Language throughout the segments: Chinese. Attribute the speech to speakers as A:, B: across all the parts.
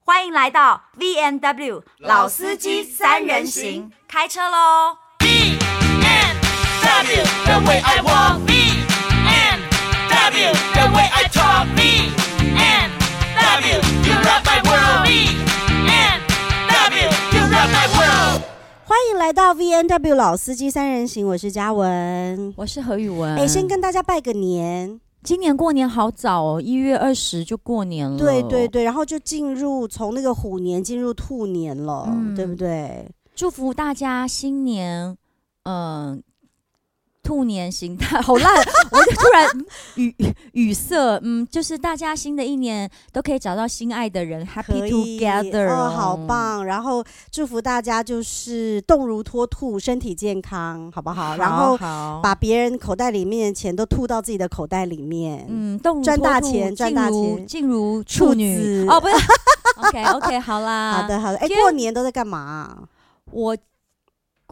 A: 欢迎来到 V N W 老司机三人行，开车喽！
B: B and W, the way I walk. B and W, the way I talk. B and W, you rock my world. B and W, you rock my world.
C: 欢迎来到 V N W 老司机三人行，我是嘉文。
D: 我是何宇文。
C: 哎、先跟大家拜个年，
D: 今年过年好早哦，一月二十就过年了。
C: 对对，对，然后就进入从那个虎年进入兔年了，
D: 嗯
C: 对不对？
D: 祝福大家新年，嗯、兔年行大，好烂， 我就突然嗯语语塞，嗯，就是大家新的一年都可以找到心爱的人
C: 可
D: ，Happy
C: 以
D: Together，
C: 哦，好。棒！然后祝福大家就是动如脱兔，身体健康，好不好？
D: 好，
C: 然后
D: 好，
C: 把别人口袋里面的钱都吐到自己的口袋里面。
D: 嗯，动如
C: 赚大
D: 脱兔
C: 钱赚大
D: 静如
C: 钱
D: 静如
C: 处
D: 处
C: 子
D: 女哦，不 是，OK OK，好啦，
C: 好的，好的。哎、
D: 今天
C: 过年都在干嘛啊？
D: 我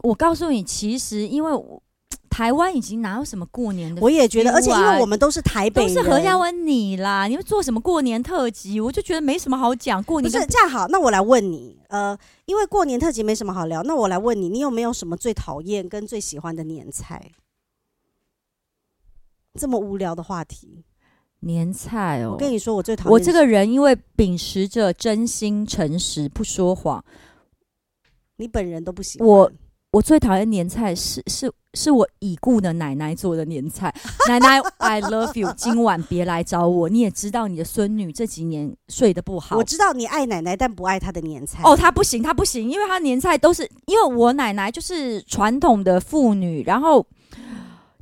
D: 我告诉你，其实因为我台湾已经哪有什么过年的
C: 我也觉得，
D: 礼物啊
C: 而且因为我们都是台北
D: 都
C: 人，
D: 是何嘉文你啦，你们做什么过年特辑？我就觉得没什么好讲，过
C: 不
D: 年
C: 是
D: 跟
C: 这样好，那我来问你，呃，因为过年特辑没什么好聊，那我来问你，你有没有什么最讨厌跟最喜欢的年菜？这么无聊的话题，
D: 年菜哦
C: 我。跟你说，我最讨厌
D: 我这个人因为秉持着真心、诚实、不说谎，
C: 你本人都不喜欢。
D: 我我最讨厌年菜是是是我已故的奶奶做的年菜。奶奶，I love you，今晚别来找我。你也知道你的孙女这几年睡得不好
C: 我，知道你爱奶奶，但不爱她的年菜。
D: 哦，她不行，她不行，因为她年菜都是因为我奶奶就是传统的妇女，然后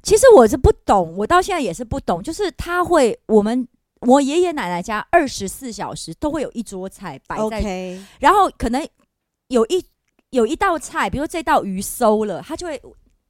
D: 其实我是不懂，我到现在也是不懂，就是她会我们。我爷爷奶奶家二十四小时都会有一桌菜摆在
C: OK，
D: 然后可能有一有一道菜，比如说这道鱼馊了，他就会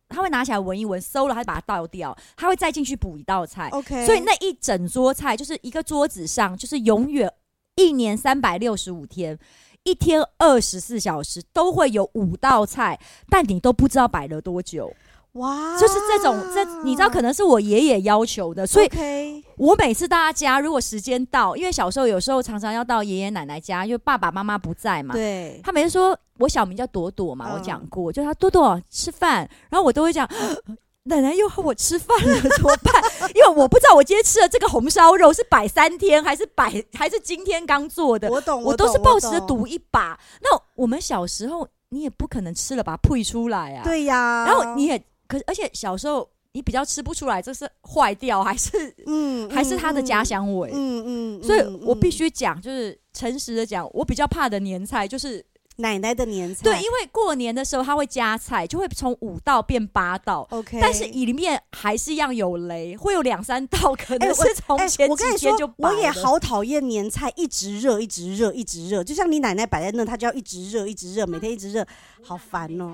D: 他会拿起来闻一闻，馊了他就把它倒掉，他会再进去补一道菜。
C: OK，
D: 所以那一整桌菜就是一个桌子上，就是永远一年三百六十五天，一天二十四小时都会有五道菜，但你都不知道摆了多久，
C: 哇，
D: 就是这种这你知道可能是我爷爷要求的，所以
C: OK，
D: 我每次到他家，如果时间到，因为小时候有时候常常要到爷爷奶奶家，因为爸爸妈妈不在嘛，
C: 对，
D: 他每次说我小名叫朵朵嘛，
C: 嗯
D: 我讲过，就他朵朵吃饭，然后我都会讲。 奶奶又喊我吃饭了，怎么办？ 因为我不知道我今天吃的这个红烧肉是摆三天，还是摆还是今天刚做的。
C: 我懂，
D: 我都是
C: 懂
D: 抱持着。
C: 我懂
D: 赌一把。那我们小时候，你也不可能吃了把它吐出来啊。。
C: 对呀，
D: 然后你也可，而且小时候你比较吃不出来，这是坏掉还是
C: 嗯，
D: 还是它的家
C: 嗯，
D: 乡味。
C: 嗯嗯，
D: 所以
C: 嗯
D: 我必
C: 嗯
D: 须讲，就是诚实的讲，我比较怕的年菜就是
C: 奶奶的年菜，
D: 对，因为过年的时候它会加菜，就会从五道变八道。
C: OK，
D: 但是里面还是一样有雷，会有两三道可
C: 哎
D: 能
C: 我
D: 是从
C: 哎
D: 前
C: 我跟
D: 几
C: 你
D: 天
C: 说
D: 就，摆
C: 我也
D: 了
C: 好讨厌年菜，一直热，一直热，一直热，就像你奶奶摆在那，她就要一直热，一直热，每天一直热，好烦哦！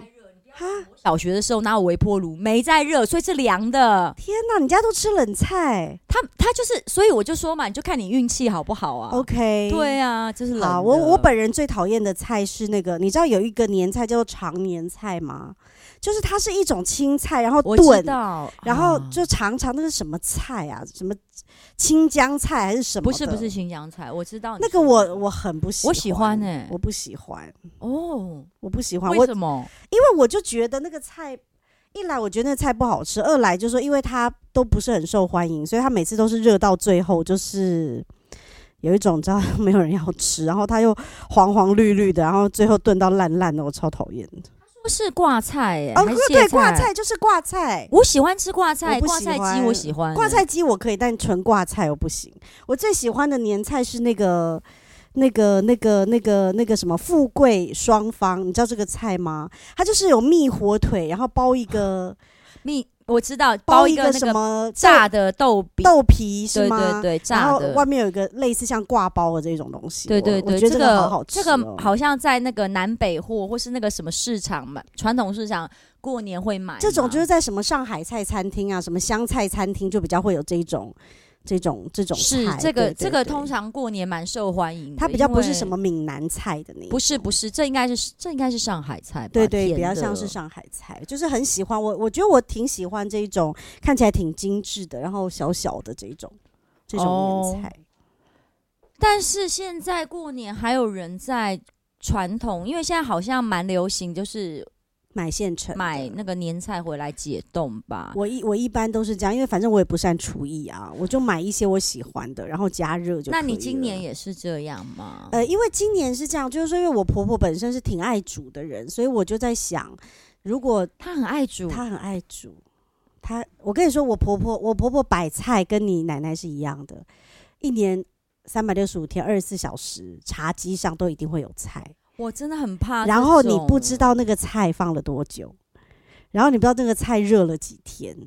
D: 小学的时候哪有微波炉，没在热，所以是凉的。
C: 天哪，你家都吃冷菜
D: 它它就是，所以我就说嘛，你就看你运气好不好啊。
C: ？OK，
D: 对啊，就是冷
C: 好，
D: 的。
C: 我我本人最讨厌的菜是那个，你知道有一个年菜叫做长年菜吗？就是它是一种青菜，然后
D: 我
C: 炖
D: 知，道，
C: 然后
D: 啊
C: 就常常那是什么菜啊？什么青江菜还是什么？
D: 不是不是，新疆菜，我知道你
C: 那个
D: 说的
C: 我我很不喜欢，
D: 我喜欢欸
C: 我不喜欢，
D: 哦，
C: 我不喜欢，
D: 为
C: 我
D: 什么？
C: 因为我就觉得那个菜，一来我觉得那个菜不好吃，二来就是说因为它都不是很受欢迎，所以它每次都是热到最后，就是有一种知道没有人要吃，然后它又黄黄绿绿的，然后最后炖到烂烂的，我超讨厌的。
D: 不是挂菜耶，
C: 哦，
D: 还是
C: 对，
D: 芥
C: 挂菜就是挂菜。
D: 我喜欢吃挂菜，
C: 我不
D: 挂
C: 喜
D: 菜鸡
C: 欢
D: 我喜欢，
C: 挂菜鸡我可以，但纯挂菜我不行。我最喜欢的年菜是那个、那个、那个、那个、那个什么富贵双方，你知道这个菜吗？它就是有蜜火腿，然后包一个
D: 蜜，我知道
C: 包
D: 啊一
C: 个
D: 那
C: 什
D: 个
C: 么
D: 炸的豆
C: 豆
D: 饼，
C: 豆皮是
D: 对
C: 吗？
D: 对对，
C: 然
D: 炸
C: 后外
D: 的。
C: 面有一个类似像挂包的这种东西，
D: 对
C: 我
D: 对
C: 我
D: 对，
C: 觉得
D: 这
C: 个好好吃、哦
D: 这个，好啊像在那个南北货或是那个什么市场嘛，传统市场过年会买嘛。
C: 这种就是在什么上海菜餐厅啊，什么湘菜餐厅就比较会有这种这种这种
D: 是
C: 菜
D: 这个
C: 对对
D: 这个
C: 对
D: 通常过年蛮受欢迎的，
C: 它比较
D: 因
C: 不是
D: 为
C: 什么闽南菜的那一
D: 不是不是，这应该是这应该是上海菜吧，
C: 对对，
D: 甜
C: 比较
D: 的
C: 像是上海菜，就是很喜欢我，我觉得我挺喜欢这一种看起来挺精致的，然后小小的这一种这种
D: 哦
C: 年菜。
D: 但是现在过年还有人在传统，因为现在好像蛮流行，就是
C: 买现成的
D: 买啊那个年菜回来解冻吧。
C: 我一我一般都是这样，因为反正我也不善厨艺啊，我就买一些我喜欢的，然后加热就可以了。
D: 那你今年也是这样吗？
C: 呃，因为今年是这样，就是说，因为我婆婆本身是挺爱煮的人，所以我就在想，如果
D: 他很爱煮，
C: 她很爱煮，她我跟你说，我婆婆我婆婆摆菜跟你奶奶是一样的，一年三百六十五天，二十四小时，茶几上都一定会有菜。
D: 我真的很怕。
C: 然后你不知，道那个菜放了多久，然后你不知道那个菜热了几天，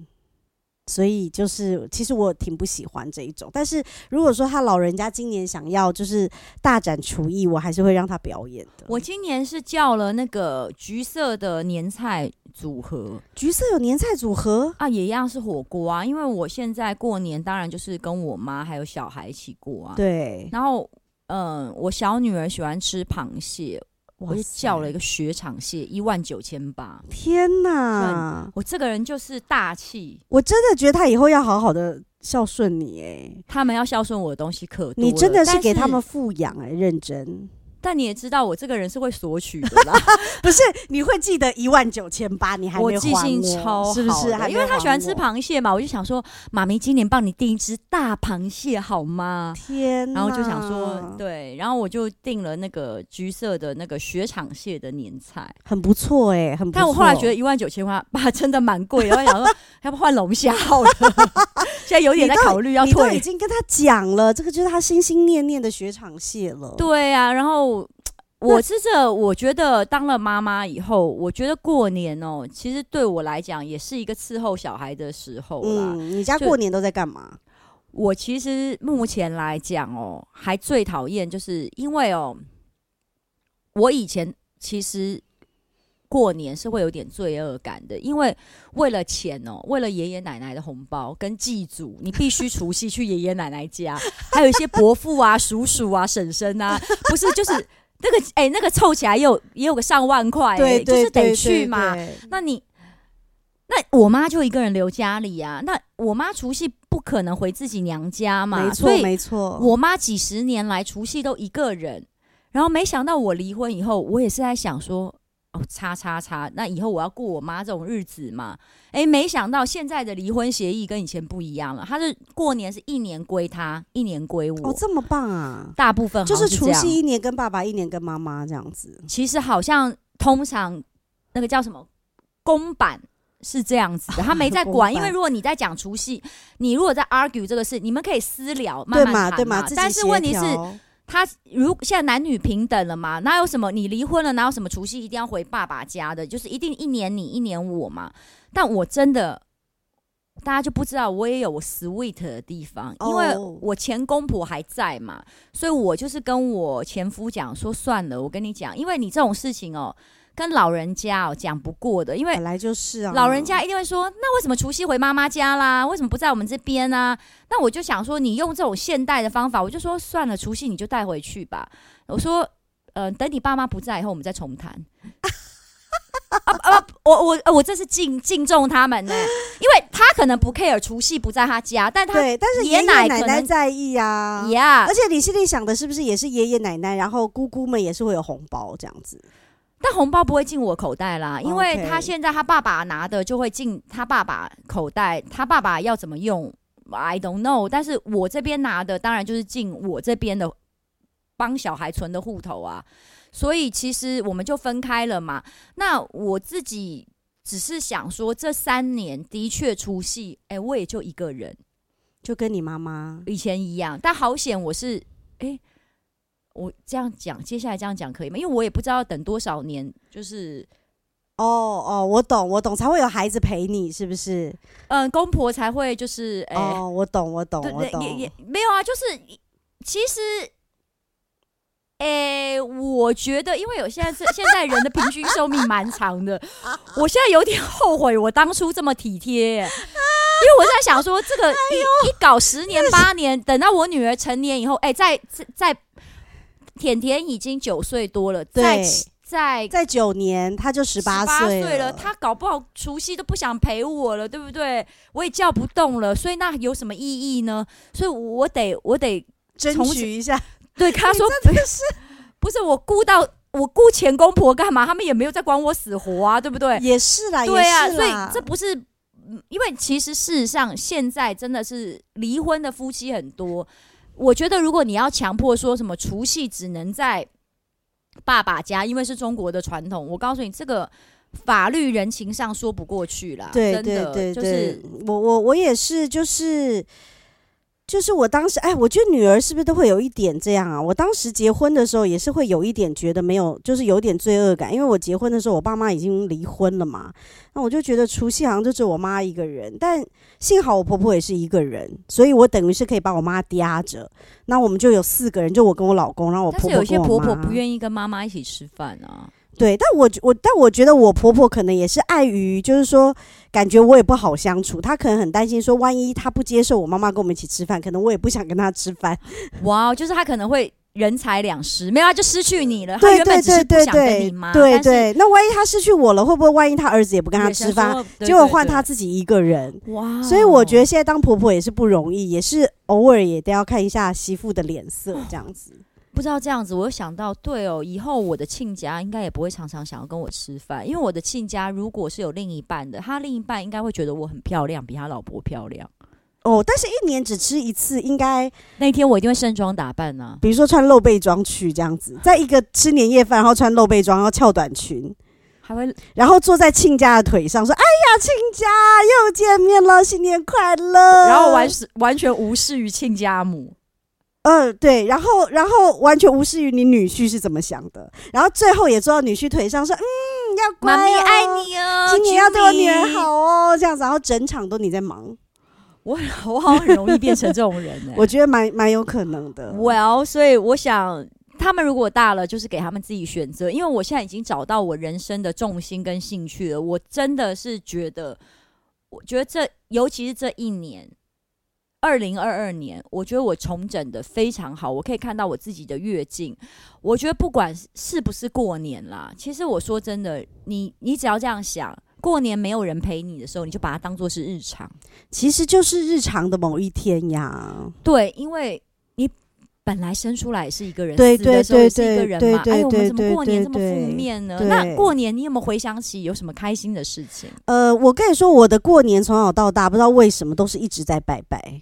C: 所以就是其实我挺不喜欢这一种。但是如果说他老人家今年想要就是大展厨艺，我还是会让他表演的。
D: 我今年是叫了那个橘色的年菜组合
C: 橘色有年菜组合，
D: 啊，也一样是火锅啊，因为我现在过年当然就是跟我妈还有小孩一起过啊。
C: 对，
D: 然后，嗯，我小女儿喜欢吃螃蟹，我就
C: 塞
D: 叫了一个雪场蟹，一万九千八。
C: 天哪！
D: 我这个人就是大气，
C: 我真的觉得他以后要好好的孝顺你哎、
D: 他们要孝顺我的东西可多了。
C: 你真的是
D: 但
C: 给他们，富养哎、认真
D: 但你也知道我这个人是会索取的啦。
C: 不是？你会记得一万九千八，你还没
D: 我记
C: 还
D: 性
C: 我
D: 超好的，
C: 是不是？还没
D: 因为他喜欢
C: 还
D: 吃
C: 我
D: 螃蟹嘛，我就想说，妈咪今年帮你订一只大螃蟹好吗？
C: 天，
D: 然后就想说，，对，然后我就订了那个橘色的那个雪场蟹的年菜，
C: 很不错哎、很不错。
D: 但我后来觉得一万九千八八真的蛮贵的，然后想说要不换龙虾好了， 现在有点在考虑要
C: 你都已
D: 退。
C: 经跟他讲了，这个就是他心心念念的雪场蟹了。，
D: 对啊，然后我是这，我觉得当了妈妈以后，我觉得过年哦、其实对我来讲也是一个伺候小孩的时候啦。
C: 嗯，你家
D: 就
C: 过年都在干嘛？
D: 我其实目前来讲哦、还最讨厌就是因为哦、我以前其实过年是会有点罪恶感的，因为为了钱哦、为了爷爷奶奶的红包跟祭祖，你必须除夕去爷爷奶奶家， 还有一些伯父啊、叔叔啊、婶婶啊，不是就是那个哎、那个凑起来也有也有个上万块、哎
C: 对，对
D: 就是得去嘛。。
C: 对对对
D: 那你，那我妈就一个人留家里啊。那我妈除夕不可能回自己娘家嘛，
C: 没
D: 所
C: 错，
D: 以
C: 没错。
D: 我妈几十年来除夕都一个人。然后没想到我离婚以后，我也是在想说，哦，叉叉叉，那以后我要过我妈这种日子嘛？诶，没想到现在的离婚协议跟以前不一样了，她是过年是一年归她，一年归我，
C: 哦，这么棒啊！
D: 大部分好
C: 就
D: 像
C: 是
D: 是这
C: 除
D: 样
C: 夕一年跟爸爸，一年跟妈妈这样子。
D: 其实好像通常那个叫什么公版是这 样子的，他没在管，
C: 公版
D: 因为如果你在讲除夕，你如果在 argue 这个事，你们可以私聊慢慢谈
C: 对嘛，对嘛。自己
D: 但是
C: 协
D: 问题是，
C: 调啊
D: 他如现在男女平等了嘛，哪有什么你离婚了，哪有什么除夕一定要回爸爸家的，就是一定一年你一年我嘛。但我真的。大家就不知道我也有我 sweet 的地方，因为
C: 哦
D: 我前公婆还在嘛，所以我就是跟我前夫讲说算了，我跟你讲，因为你这种事情哦，跟老人家哦讲不过的，因为
C: 本来就是啊，
D: 老人家一定会说，那为什么除夕回妈妈家啦？为什么不在我们这边呢、那我就想说，你用这种现代的方法，我就说算了，除夕你就带回去吧。我说，呃，等你爸妈不在以后，我们再重谈。 啊啊！我我呃我这是敬敬重他们呢、因为他可能不 care 除夕不在他家，但他
C: 对，但是
D: 爷
C: 爷爷
D: 奶
C: 奶
D: 可
C: 奶
D: 能
C: 在意啊。
D: 呀
C: 而且你心里想的是不是也是爷爷奶奶，然后姑姑们也是会有红包这样子？
D: 但红包不会进我口袋啦，因为
C: OK
D: 他现在他爸爸拿的就会进他爸爸口袋，他爸爸要怎么用，I don't know。但是我这边拿的当然就是进我这边的帮小孩存的户头啊，所以其实我们就分开了嘛。那我自己只是想说，这三年的确除夕，哎、我也就一个人，
C: 就跟你妈妈
D: 以前一样，但好险我是哎。我这样讲，接下来这样讲可以吗？因为我也不知道要等多少年，就是
C: 哦哦，我懂，我懂，才会有孩子陪你，是不是？
D: 嗯，公婆才会就是哎、
C: 哦，我懂，我懂，
D: 对
C: 我
D: 对也
C: 懂
D: 也。没有啊，就是其实，哎、我觉得因为有现在这 现在人的平均寿命蛮长的，我现在有点后悔我当初这么体贴 耶、因为我在想说，这
C: 哎
D: 个一、一搞十年八年，等到我女儿成年以后，哎、再再再，甜甜已经九岁多了，再
C: 对
D: 再
C: 在九年，他就十八
D: 岁
C: 岁
D: 了，他搞不好除夕都不想陪我了，对不对？我也叫不动了，所以那有什么意义呢？所以我得我得
C: 争
D: 从此
C: 取一下，
D: 对，他 说
C: 真的是
D: 不是我顾到我顾前公婆干嘛？他们也没有在管我死活啊，对不 对？
C: 也是啦，
D: 对啊，
C: 也是
D: 所以
C: 啦
D: 这不是，嗯因为其实事实上现在真的是离婚的夫妻很多。我觉得如果你要强迫说什么除夕只能在爸爸家，因为是中国的传统，我告诉你，这个法律人情上说不过去啦。
C: 对
D: 真
C: 对
D: 的
C: 对对，
D: 就是
C: 我我我也是，就是就是我当时，哎，我觉得女儿是不是都会有一点这样啊？我当时结婚的时候也是会有一点觉得没有，就是有点罪恶感，因为我结婚的时候我爸妈已经离婚了嘛，那我就觉得除夕好像就只有我妈一个人，但幸好我婆婆也是一个人，所以我等于是可以把我妈压着，那我们就有四个人，就我跟我老公，然后我
D: 但
C: 婆
D: 是
C: 婆
D: 有一些
C: 跟我
D: 婆婆
C: 妈
D: 不愿意跟妈妈一起吃饭啊。
C: 对，但我觉我但我觉得我婆婆可能也是碍于，就是说感觉我也不好相处，她可能很担心说，万一她不接受我妈妈跟我们一起吃饭，可能我也不想跟她吃 饭。
D: 哇哦，就是他可能会人财两失，没有他啊就失去你了。他
C: 对
D: 原
C: 对
D: 本只
C: 对
D: 是不
C: 对
D: 想跟
C: 对
D: 你妈，
C: 对对，那万一她失去我了，会不会万一她儿子也不跟
D: 但是
C: 她吃
D: 也想
C: 饭，
D: 说，对
C: 结果换她。
D: 对
C: 自己一个人？
D: 对哇哦，
C: 所以我觉得现在当婆婆也是不容易，也是偶尔也得要看一下媳妇的脸色
D: 哦
C: 这样子。
D: 不知道这样子，我又想到，对哦，以后我的亲家应该也不会常常想要跟我吃饭，因为我的亲家如果是有另一半的，他另一半应该会觉得我很漂亮，比他老婆漂亮。
C: 哦，但是一年只吃一次，应该
D: 那一天我一定会盛装打扮呢、
C: 比如说穿露背装去这样子，在一个吃年夜饭，然后穿露背装，然后翘短裙，
D: 还会
C: 然后坐在亲家的腿上说：“哎呀，亲家又见面了，新年快乐。”
D: 然后完完全无视于亲家母。
C: 嗯、对，然后然后完全无视于你女婿是怎么想的，然后最后也坐到女婿腿上说：“嗯，要乖、
D: 妈
C: 哦，
D: 咪爱，你哦，
C: 今年要对我女儿
D: Jimmy
C: 好哦。”这样子，然后整场都你在忙，
D: 我我好像很容易变成这种人、欸，
C: 我觉得蛮蛮有可能的。
D: Well，所以我想，他们如果大了，就是给他们自己选择。因为我现在已经找到我人生的重心跟兴趣了。我真的是觉得，我觉得这，尤其是这一年，二零二二年，我觉得我重整的非常好。我可以看到我自己的跃进。我觉得不管是是不是过年啦，其实我说真的，你你只要这样想。过年没有人陪你的时候，你就把它当做是日常。
C: 其实就是日常的某一天呀。
D: 对，因为你本来生出来也是一个人，
C: 对
D: 死的时候
C: 对
D: 也是一个
C: 对
D: 人
C: 对
D: 嘛。哎
C: 对
D: 呦，我们
C: 对
D: 怎么过
C: 对
D: 年这么
C: 对
D: 负面呢？
C: 对
D: 那过年你有没有回想起有什么开心的事情？
C: 呃，我跟你说，我的过年从小到大，不知道为什么都是一直在拜拜。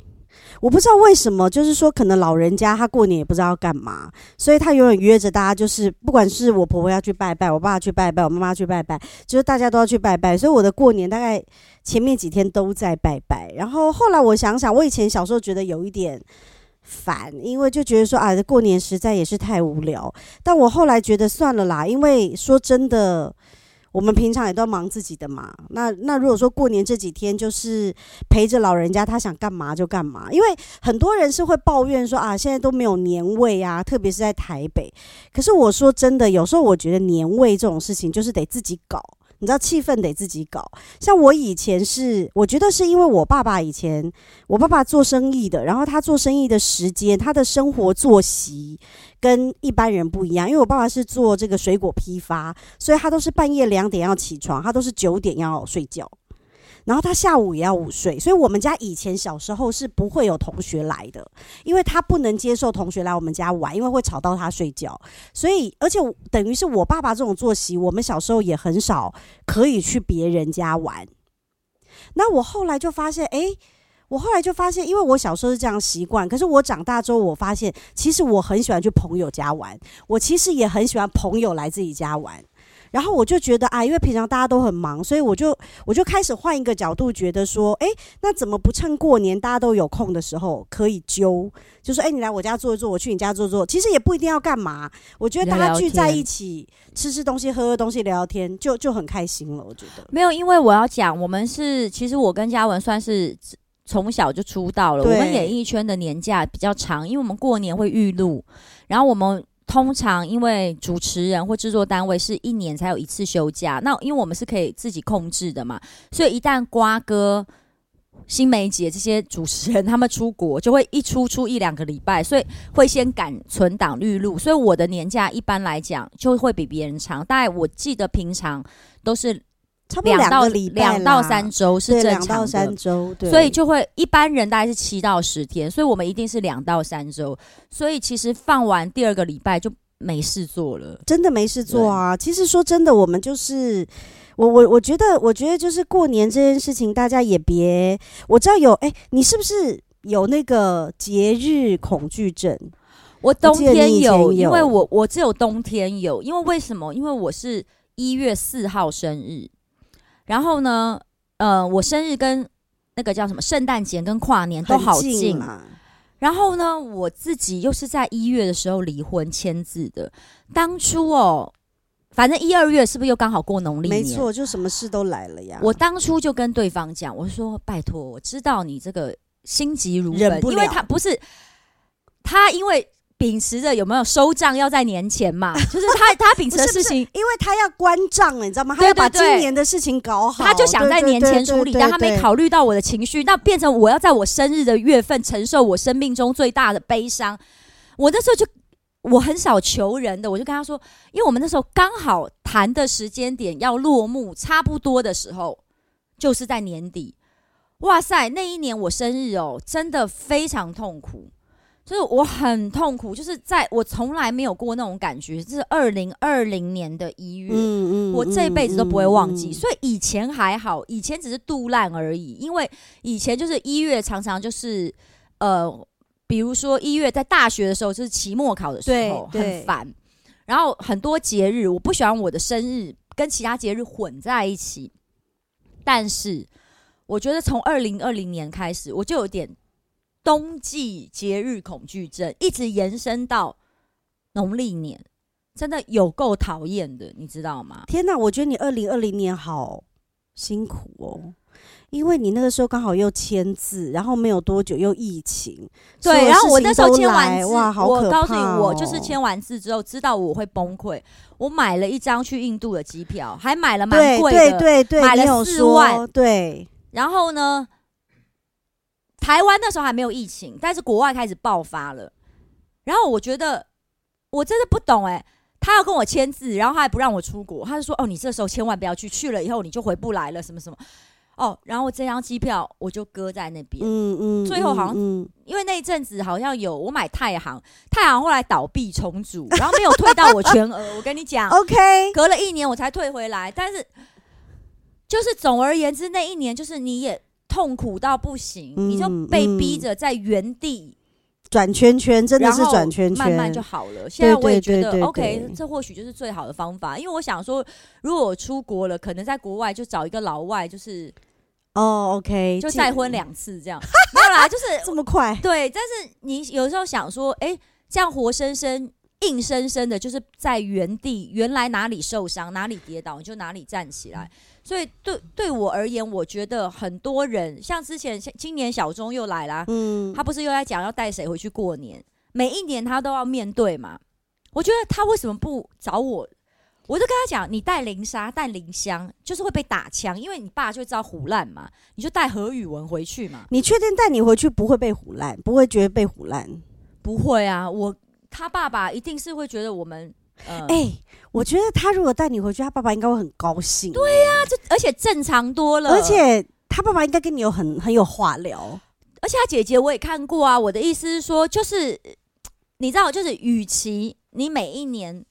C: 我不知道为什么，就是说，可能老人家他过年也不知道要干嘛，所以他永远约着大家，就是不管是我婆婆要去拜拜，我爸去拜拜，我妈妈去拜拜，就是大家都要去拜拜。所以我的过年大概前面几天都在拜拜，然后后来我想想，我以前小时候觉得有一点烦，因为就觉得说啊，过年实在也是太无聊。但我后来觉得算了啦，因为说真的，我们平常也都要忙自己的嘛。那那如果说过年这几天就是陪着老人家，他想干嘛就干嘛，因为很多人是会抱怨说啊，现在都没有年味啊，特别是在台北。可是我说真的，有时候我觉得年味这种事情就是得自己搞。你知道气氛得自己搞，像我以前是，我觉得是因为我爸爸以前，我爸爸做生意的，然后他做生意的时间，他的生活作息跟一般人不一样，因为我爸爸是做这个水果批发，所以他都是半夜两点要起床，他都是九点要睡觉，然后他下午也要午睡。所以我们家以前小时候是不会有同学来的，因为他不能接受同学来我们家玩，因为会吵到他睡觉。所以，而且我等于是我爸爸这种作息，我们小时候也很少可以去别人家玩。那我后来就发现，诶，我后来就发现，因为我小时候是这样习惯，可是我长大之后，我发现其实我很喜欢去朋友家玩，我其实也很喜欢朋友来自己家玩。然后我就觉得啊，因为平常大家都很忙，所以我就我就开始换一个角度，觉得说，诶，那怎么不趁过年大家都有空的时候可以揪？就说，诶，你来我家坐一坐，我去你家坐坐，其实也不一定要干嘛。我觉得大
D: 聊
C: 家
D: 聊
C: 聚在
D: 天
C: 一起吃吃东西、喝喝东西、聊聊天，就就很开心了。我觉得，
D: 没有，因为我要讲，我们是其实我跟嘉文算是从小就出道了，我
C: 对
D: 们演艺圈的年假比较长，因为我们过年会预录，然后我们。通常因为主持人或制作单位是一年才有一次休假，那因为我们是可以自己控制的嘛，所以一旦瓜哥、新梅姐这些主持人他们出国，就会一出出一两个礼拜，所以会先赶存档预录，所以我的年假一般来讲就会比别人长，大概我记得平常都是
C: 差啊不多
D: 两
C: 两
D: 到
C: 个礼拜啦，
D: 两到三周是
C: 对，
D: 正
C: 两
D: 常
C: 到
D: 的。
C: 三周，对，
D: 所以就会一般人大概是七到十天，所以我们一定是两到三周，所以其实放完第二个礼拜就没事做了。
C: 真的没事做啊。其实说真的，我们就是。我我我觉得，我觉得就是过年这件事情，大家也别，我知道有，哎、你是不是有那个节日恐惧症？
D: 我冬
C: 记得你
D: 天
C: 以前
D: 有，因
C: 有
D: 为我我只有冬天有，因为为什么？因为我是一月四号生日，然后呢，呃，我生日跟那个叫什么圣诞节跟跨年都
C: 很
D: 好
C: 近啊
D: 近，啊
C: 嘛，
D: 然后呢，我自己又是在一月的时候离婚签字的，当初哦，反正一二月是不是又刚好过农历
C: 没
D: 年？
C: 错，就什么事都来了呀。
D: 我当初就跟对方讲，我说拜托，我知道你这个心急如焚
C: 忍，不
D: 因为
C: 了
D: 他不是他，因为秉持着有没有收账要在年前嘛，就是他 他秉持的
C: 不是不是
D: 事情，
C: 因为他要关账了，你知道吗？他
D: 对
C: 要把
D: 对
C: 今
D: 对
C: 年的事情搞好，
D: 他就想在
C: 对
D: 年前处理，但他
C: 对对
D: 没。
C: 对对对
D: 考虑到我的情绪，那变成我要在我生日的月份承受我生命中最大的悲伤。我那时候就我很少求人的，我就跟他说，因为我们那时候刚好谈的时间点要落幕，差不多的时候就是在年底。哇塞，那一年我生日哦，真的非常痛苦。就是我很痛苦，就是在我从来没有过那种感觉，这是二零二零年的一月，
C: 嗯嗯，
D: 我这
C: 嗯
D: 辈子都不会忘记。
C: 嗯
D: 所以以前还好，以前只是肚烂而已，因为以前就是一月常常就是呃，比如说一月在大学的时候，就是期末考的时候
C: 对对
D: 很烦，然后很多节日我不喜欢我的生日跟其他节日混在一起，但是我觉得从二零二零年开始，我就有点冬季节日恐惧症，一直延伸到农历年，真的有够讨厌的，你知道吗？
C: 天哪，我觉得你二零二零年好辛苦哦。因为你那个时候刚好又签字，然后没有多久又疫情，所有
D: 对，
C: 的
D: 然后我
C: 事情
D: 那时候
C: 都
D: 签完
C: 来
D: 字，
C: 哇，好
D: 我
C: 可
D: 告诉你
C: 怕，
D: 我就是
C: 哦
D: 签完字之后知道我会崩溃，我买了一张去印度的机票，还买了蛮
C: 对
D: 贵的，
C: 对对对，
D: 买
C: 你
D: 了
C: 有
D: 4
C: 说
D: 万
C: 对，
D: 然后呢，台湾那时候还没有疫情，但是国外开始爆发了。然后我觉得我真的不懂哎、他要跟我签字，然后他还不让我出国，他就说：“哦，你这时候千万不要去，去了以后你就回不来了，什么什么。”哦，然后我这张机票我就搁在那边，
C: 嗯嗯，
D: 最后好像
C: 嗯嗯
D: 因为那一阵子好像有我买太行，太行后来倒闭重组，然后没有退到我全额。我跟你讲，
C: OK，
D: 隔了一年我才退回来，但是就是总而言之，那一年就是你也痛苦到不行，
C: 嗯
D: 你就被逼着在原地，
C: 转圈圈真的
D: 然
C: 是
D: 后
C: 转圈圈，
D: 慢慢就好了。现在我也觉
C: 对
D: 得
C: 对对
D: OK，
C: 对
D: 这或许就是最好的方法，因为我想说，如果我出国了，可能在国外就找一个老外，就是
C: 哦，OK，
D: 就
C: 这
D: 再婚两次这样，没有啦，就是
C: 这么快，
D: 对，但是你有时候想说，哎、这样活生生、硬生生的，就是在原地，原来哪里受伤、哪里跌倒，你就哪里站起来。所以对对我而言，我觉得很多人像之前，像今年小钟又来啦，
C: 嗯，
D: 他不是又在讲要带谁回去过年，每一年他都要面对嘛。我觉得他为什么不找我？我就跟他讲，你带零沙、带零香，就是会被打枪，因为你爸就知道虎烂嘛，你就带何宇文回去嘛。
C: 你确定带你回去不会被唬烂，不会觉得被唬烂？
D: 不会啊，我他爸爸一定是会觉得我们，呃，
C: 哎、我觉得他如果带你回去，他爸爸应该会很高兴。对呀、
D: 这而且正常多了，
C: 而且他爸爸应该跟你有很很有话聊。
D: 而且他姐姐我也看过啊。我的意思是说，就是呃你知道，就是与其你每一年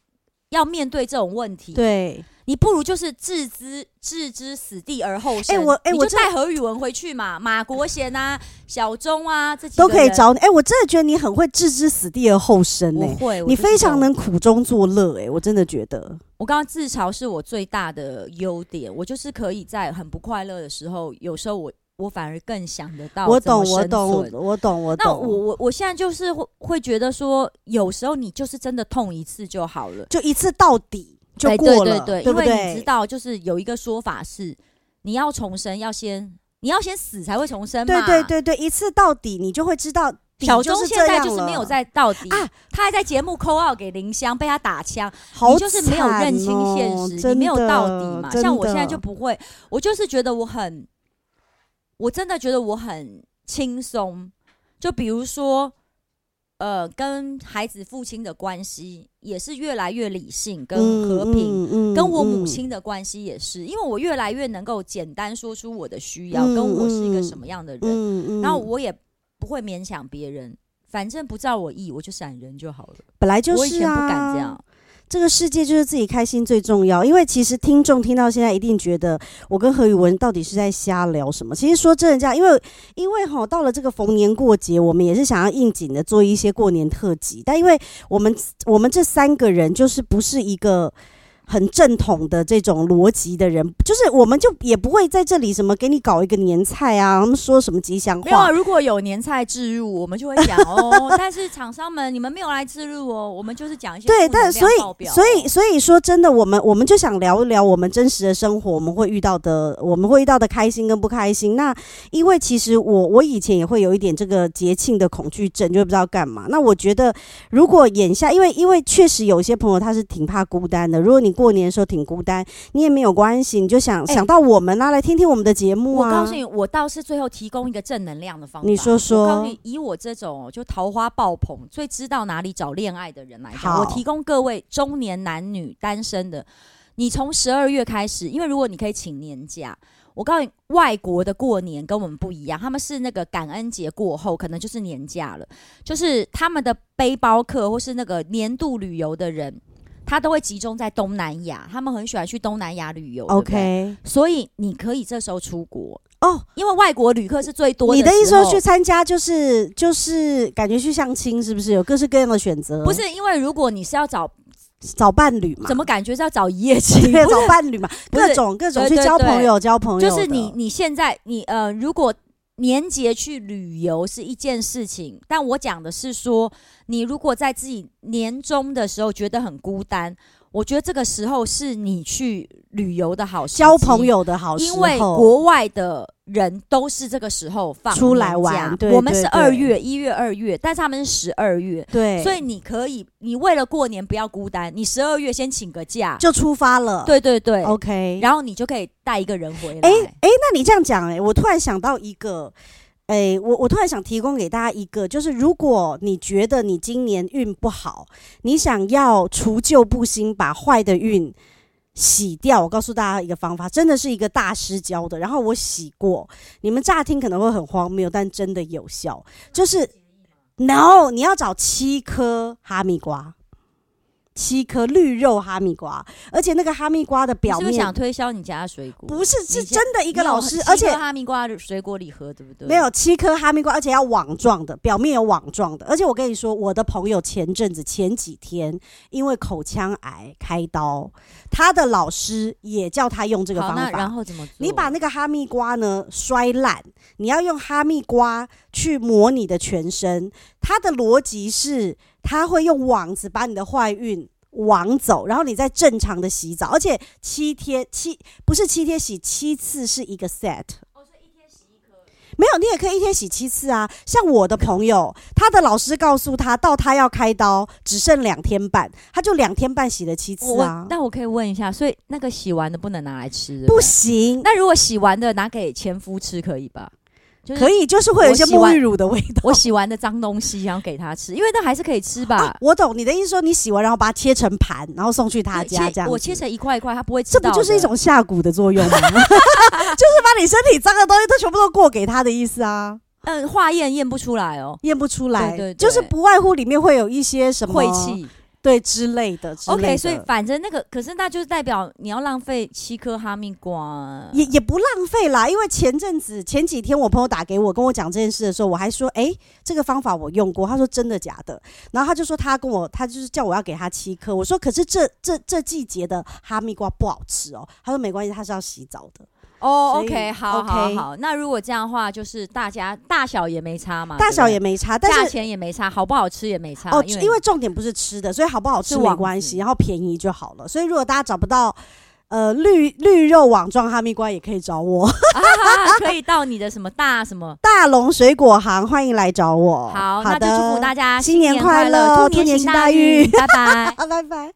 D: 要面对这种问题，
C: 对，
D: 你不如就是置之置之死地而后生。
C: 哎我哎
D: 你
C: 我
D: 就
C: 真
D: 带何宇文回去嘛，马国贤啊、小钟啊这几个
C: 都可以
D: 人。
C: 找你。哎、我真的觉得你很会置之死地而后生呢、
D: 我会，哦我
C: 你
D: 就是
C: 非
D: 这
C: 常
D: 种
C: 能苦中作乐，哎，我真的觉得，
D: 我刚刚自嘲是我最大的优点，我就是可以在很不快乐的时候，有时候我我反而更想得到
C: 我
D: 啊怎么
C: 懂，我
D: 生
C: 懂，
D: 存
C: 我懂，我
D: 那
C: 懂。
D: 我我我现在就是会会觉得说，有时候你就是真的痛一次就好了，哎
C: 就一次到底就
D: 对
C: 过了，
D: 对对
C: 对
D: 对，因
C: 不
D: 为你知
C: 对？
D: 道，就是有一个说法是，你要重生要先你要先死才会重生
C: 对
D: 嘛。
C: 对对对，一次到底你就会知道底
D: 小
C: 就
D: 钟
C: 是
D: 现
C: 这
D: 在
C: 样
D: 就是没有
C: 了
D: 在到底
C: 啊，
D: 他还在节目扣二给林湘，被他打枪，
C: 好
D: 你就是没有
C: 惨
D: 认清现
C: 哦
D: 实，
C: 真
D: 你没有
C: 的
D: 到底嘛。
C: 真
D: 像我现在
C: 的
D: 就不会，我就是觉得我很，我真的觉得我很轻松。就比如说，呃跟孩子父亲的关系也是越来越理性跟和平。
C: 嗯
D: 跟我
C: 嗯
D: 母。
C: 嗯
D: 亲的关系也是，因为我越来越能够简单说出我的需要，
C: 嗯
D: 跟我是一个
C: 嗯
D: 什么样的人，
C: 嗯嗯
D: 然后我也不会勉强别人，反正不照我意，我就闪人就好了。
C: 本来就
D: 我以
C: 是
D: 前
C: 啊，
D: 不敢这样，
C: 这个世界就是自己开心最重要，因为其实听众听到现在一定觉得我跟何宇文到底是在瞎聊什么。其实说真的，这样，因为因为哈，到了这个逢年过节，我们也是想要应景的做一些过年特辑，但因为我们我们这三个人就是不是一个。很正统的这种逻辑的人，就是我们就也不会在这里什么给你搞一个年菜啊，他们说什么吉祥
D: 没有啊。
C: 话，
D: 如果有年菜置入，我们就会讲 哦。但是厂商们，你们没有来置入哦，我们就是讲一些
C: 对，
D: 负能
C: 但
D: 量
C: 所
D: 报
C: 以
D: 表哦
C: 所以所以说真的，我们我们就想聊一聊我们真实的生活，我们会遇到的，我们会遇到的开心跟不开心。那因为其实我我以前也会有一点这个节庆的恐惧症，就不知道干嘛。那我觉得如果眼下，因为因为确实有一些朋友他是挺怕孤单的，如果你过年的时候挺孤单，你也没有关系，你就想、
D: 哎
C: 想到我们啊啦、来听听我们的节目
D: 我
C: 啊。
D: 告诉你，我倒是最后提供一个正能量的方法。
C: 你说说
D: 我告诉你，以我这种就桃花爆棚、最知道哪里找恋爱的人来讲，
C: 好
D: 我提供各位中年男女单身的，你从十二月开始，因为如果你可以请年假。我告诉你，外国的过年跟我们不一样，他们是那个感恩节过后，可能就是年假了，就是他们的背包客或是那个年度旅游的人，他都会集中在东南亚，他们很喜欢去东南亚旅游。对不对
C: OK，
D: 所以你可以这时候出国，
C: 哦，
D: 因为外国旅客是最多
C: 你的意思
D: 时候
C: 说去参加就是就是感觉去相亲是不是有各式各样的选择？
D: 不是因为如果你是要找，
C: 找伴侣嘛？
D: 怎么感觉是要找一夜 情？
C: 对，找伴侣嘛，
D: 不是
C: 各种各种
D: 对
C: 去
D: 对
C: 交
D: 对
C: 朋友，交朋友的，
D: 就是你你现在你呃，如果年节去旅游是一件事情，但我讲的是说，你如果在自己年终的时候觉得很孤单，我觉得这个时候是你去旅游的好时机
C: 交朋。友的好时候，
D: 因为国外的人都是这个时候放
C: 出来
D: 年假
C: 玩对
D: 我们
C: 对
D: 是
C: 对
D: 二月、一月、二月，但是他们是十二月，
C: 对，
D: 所以你可以，你为了过年不要孤单，你十二月先请个假，
C: 就出发了。
D: 对对对，
C: ，OK。
D: 然后你就可以带一个人回来。
C: 哎哎，那你这样讲，哎，我突然想到一个。哎，我我突然想提供给大家一个，就是如果你觉得你今年运不好，你想要除旧布新，把坏的运洗掉，我告诉大家一个方法，真的是一个大师教的。然后我洗过，你们乍听可能会很荒谬，但真的有效。就是 no，你要找七颗哈密瓜，七颗绿肉哈密瓜，而且那个哈密瓜的
D: 你
C: 表
D: 是不
C: 面
D: 是想推销你家的水果？
C: 不是是
D: 你先
C: 真的一
D: 一
C: 个老师，而且
D: 哈密瓜的水果礼盒，对不对？
C: 没有七颗哈密瓜，而且要网状的，表面有网状的。而且我跟你说，我的朋友前阵子前几天因为口腔癌开刀，他的老师也叫他用这个
D: 好，
C: 方
D: 那然
C: 法。
D: 后怎么做？
C: 你把那个哈密瓜呢摔烂，你要用哈密瓜去磨你的全身。他的逻辑是，他会用网子把你的坏运网走，然后你再正常的洗澡，而且七天七不是七天洗七次是一个 set。没有，你也可以一天洗七次啊。像我的朋友，他的老师告诉他，到他要开刀只剩两天半，他就两天半洗了七次
D: 我
C: 啊
D: 我，那我可以问一下，所以那个洗完的不能拿来吃，对
C: 不
D: 对。
C: 行，
D: 那如果洗完的拿给前夫吃可以吧？就是
C: 可以就是会有一些
D: 我洗完
C: 沐浴乳的味道。
D: 我洗完的脏东西想给他吃，因为那还是可以吃 吧。
C: 啊我懂你的意思，说你洗完然后把它切成盘，然后送去他
D: 对
C: 家
D: 切
C: 这样子。
D: 我切成一块一块，他不会吃
C: 这
D: 到
C: 不
D: 的。
C: 就是一种下蛊的作用 吗？就是把你身体脏的东西都全部都过给他的意思啊，
D: 嗯化验验不出来哦，
C: 验不出来，
D: 对对对
C: 就是不外乎里面会有一些什么
D: 晦，气。
C: 对之类的之类的
D: OK，所以反正那个，可是那就是代表你要浪费七颗哈密瓜。
C: 也也不浪费啦，因为前阵子前几天我朋友打给我跟我讲这件事的时候，我还说，哎、这个方法我用过，他说真的假的，然后他就说他跟我，他就是叫我要给他七颗，我说可是这这这季节的哈密瓜不好吃哦，他说没关系，他是要洗澡的，
D: 哦、
C: 所
D: o
C: 以
D: k 好
C: OK
D: 好好。那如果这样的话，就是大家大小也没差嘛，
C: 大小也
D: 啊对
C: 没差，
D: 不对
C: 但
D: 价
C: 是。
D: 钱也没差，好不好吃也没差。
C: 哦，
D: 因
C: 因为重点不是吃的，所以好不好吃
D: 是
C: 没
D: 网
C: 关
D: 子
C: 系，然后便宜就好了。所以如果大家找不到，呃，绿绿肉网状哈密瓜也可以找我，
D: 啊哈哈 可以到你的什么大什么。
C: 大龙水果行欢迎来找我。
D: 好，
C: 好
D: 那就
C: 的，
D: 祝福大家
C: 新年
D: 快
C: 快乐
D: 兔
C: 兔年
D: 行
C: 行
D: 大
C: 大运
D: 运，拜拜。
C: 啊，拜拜。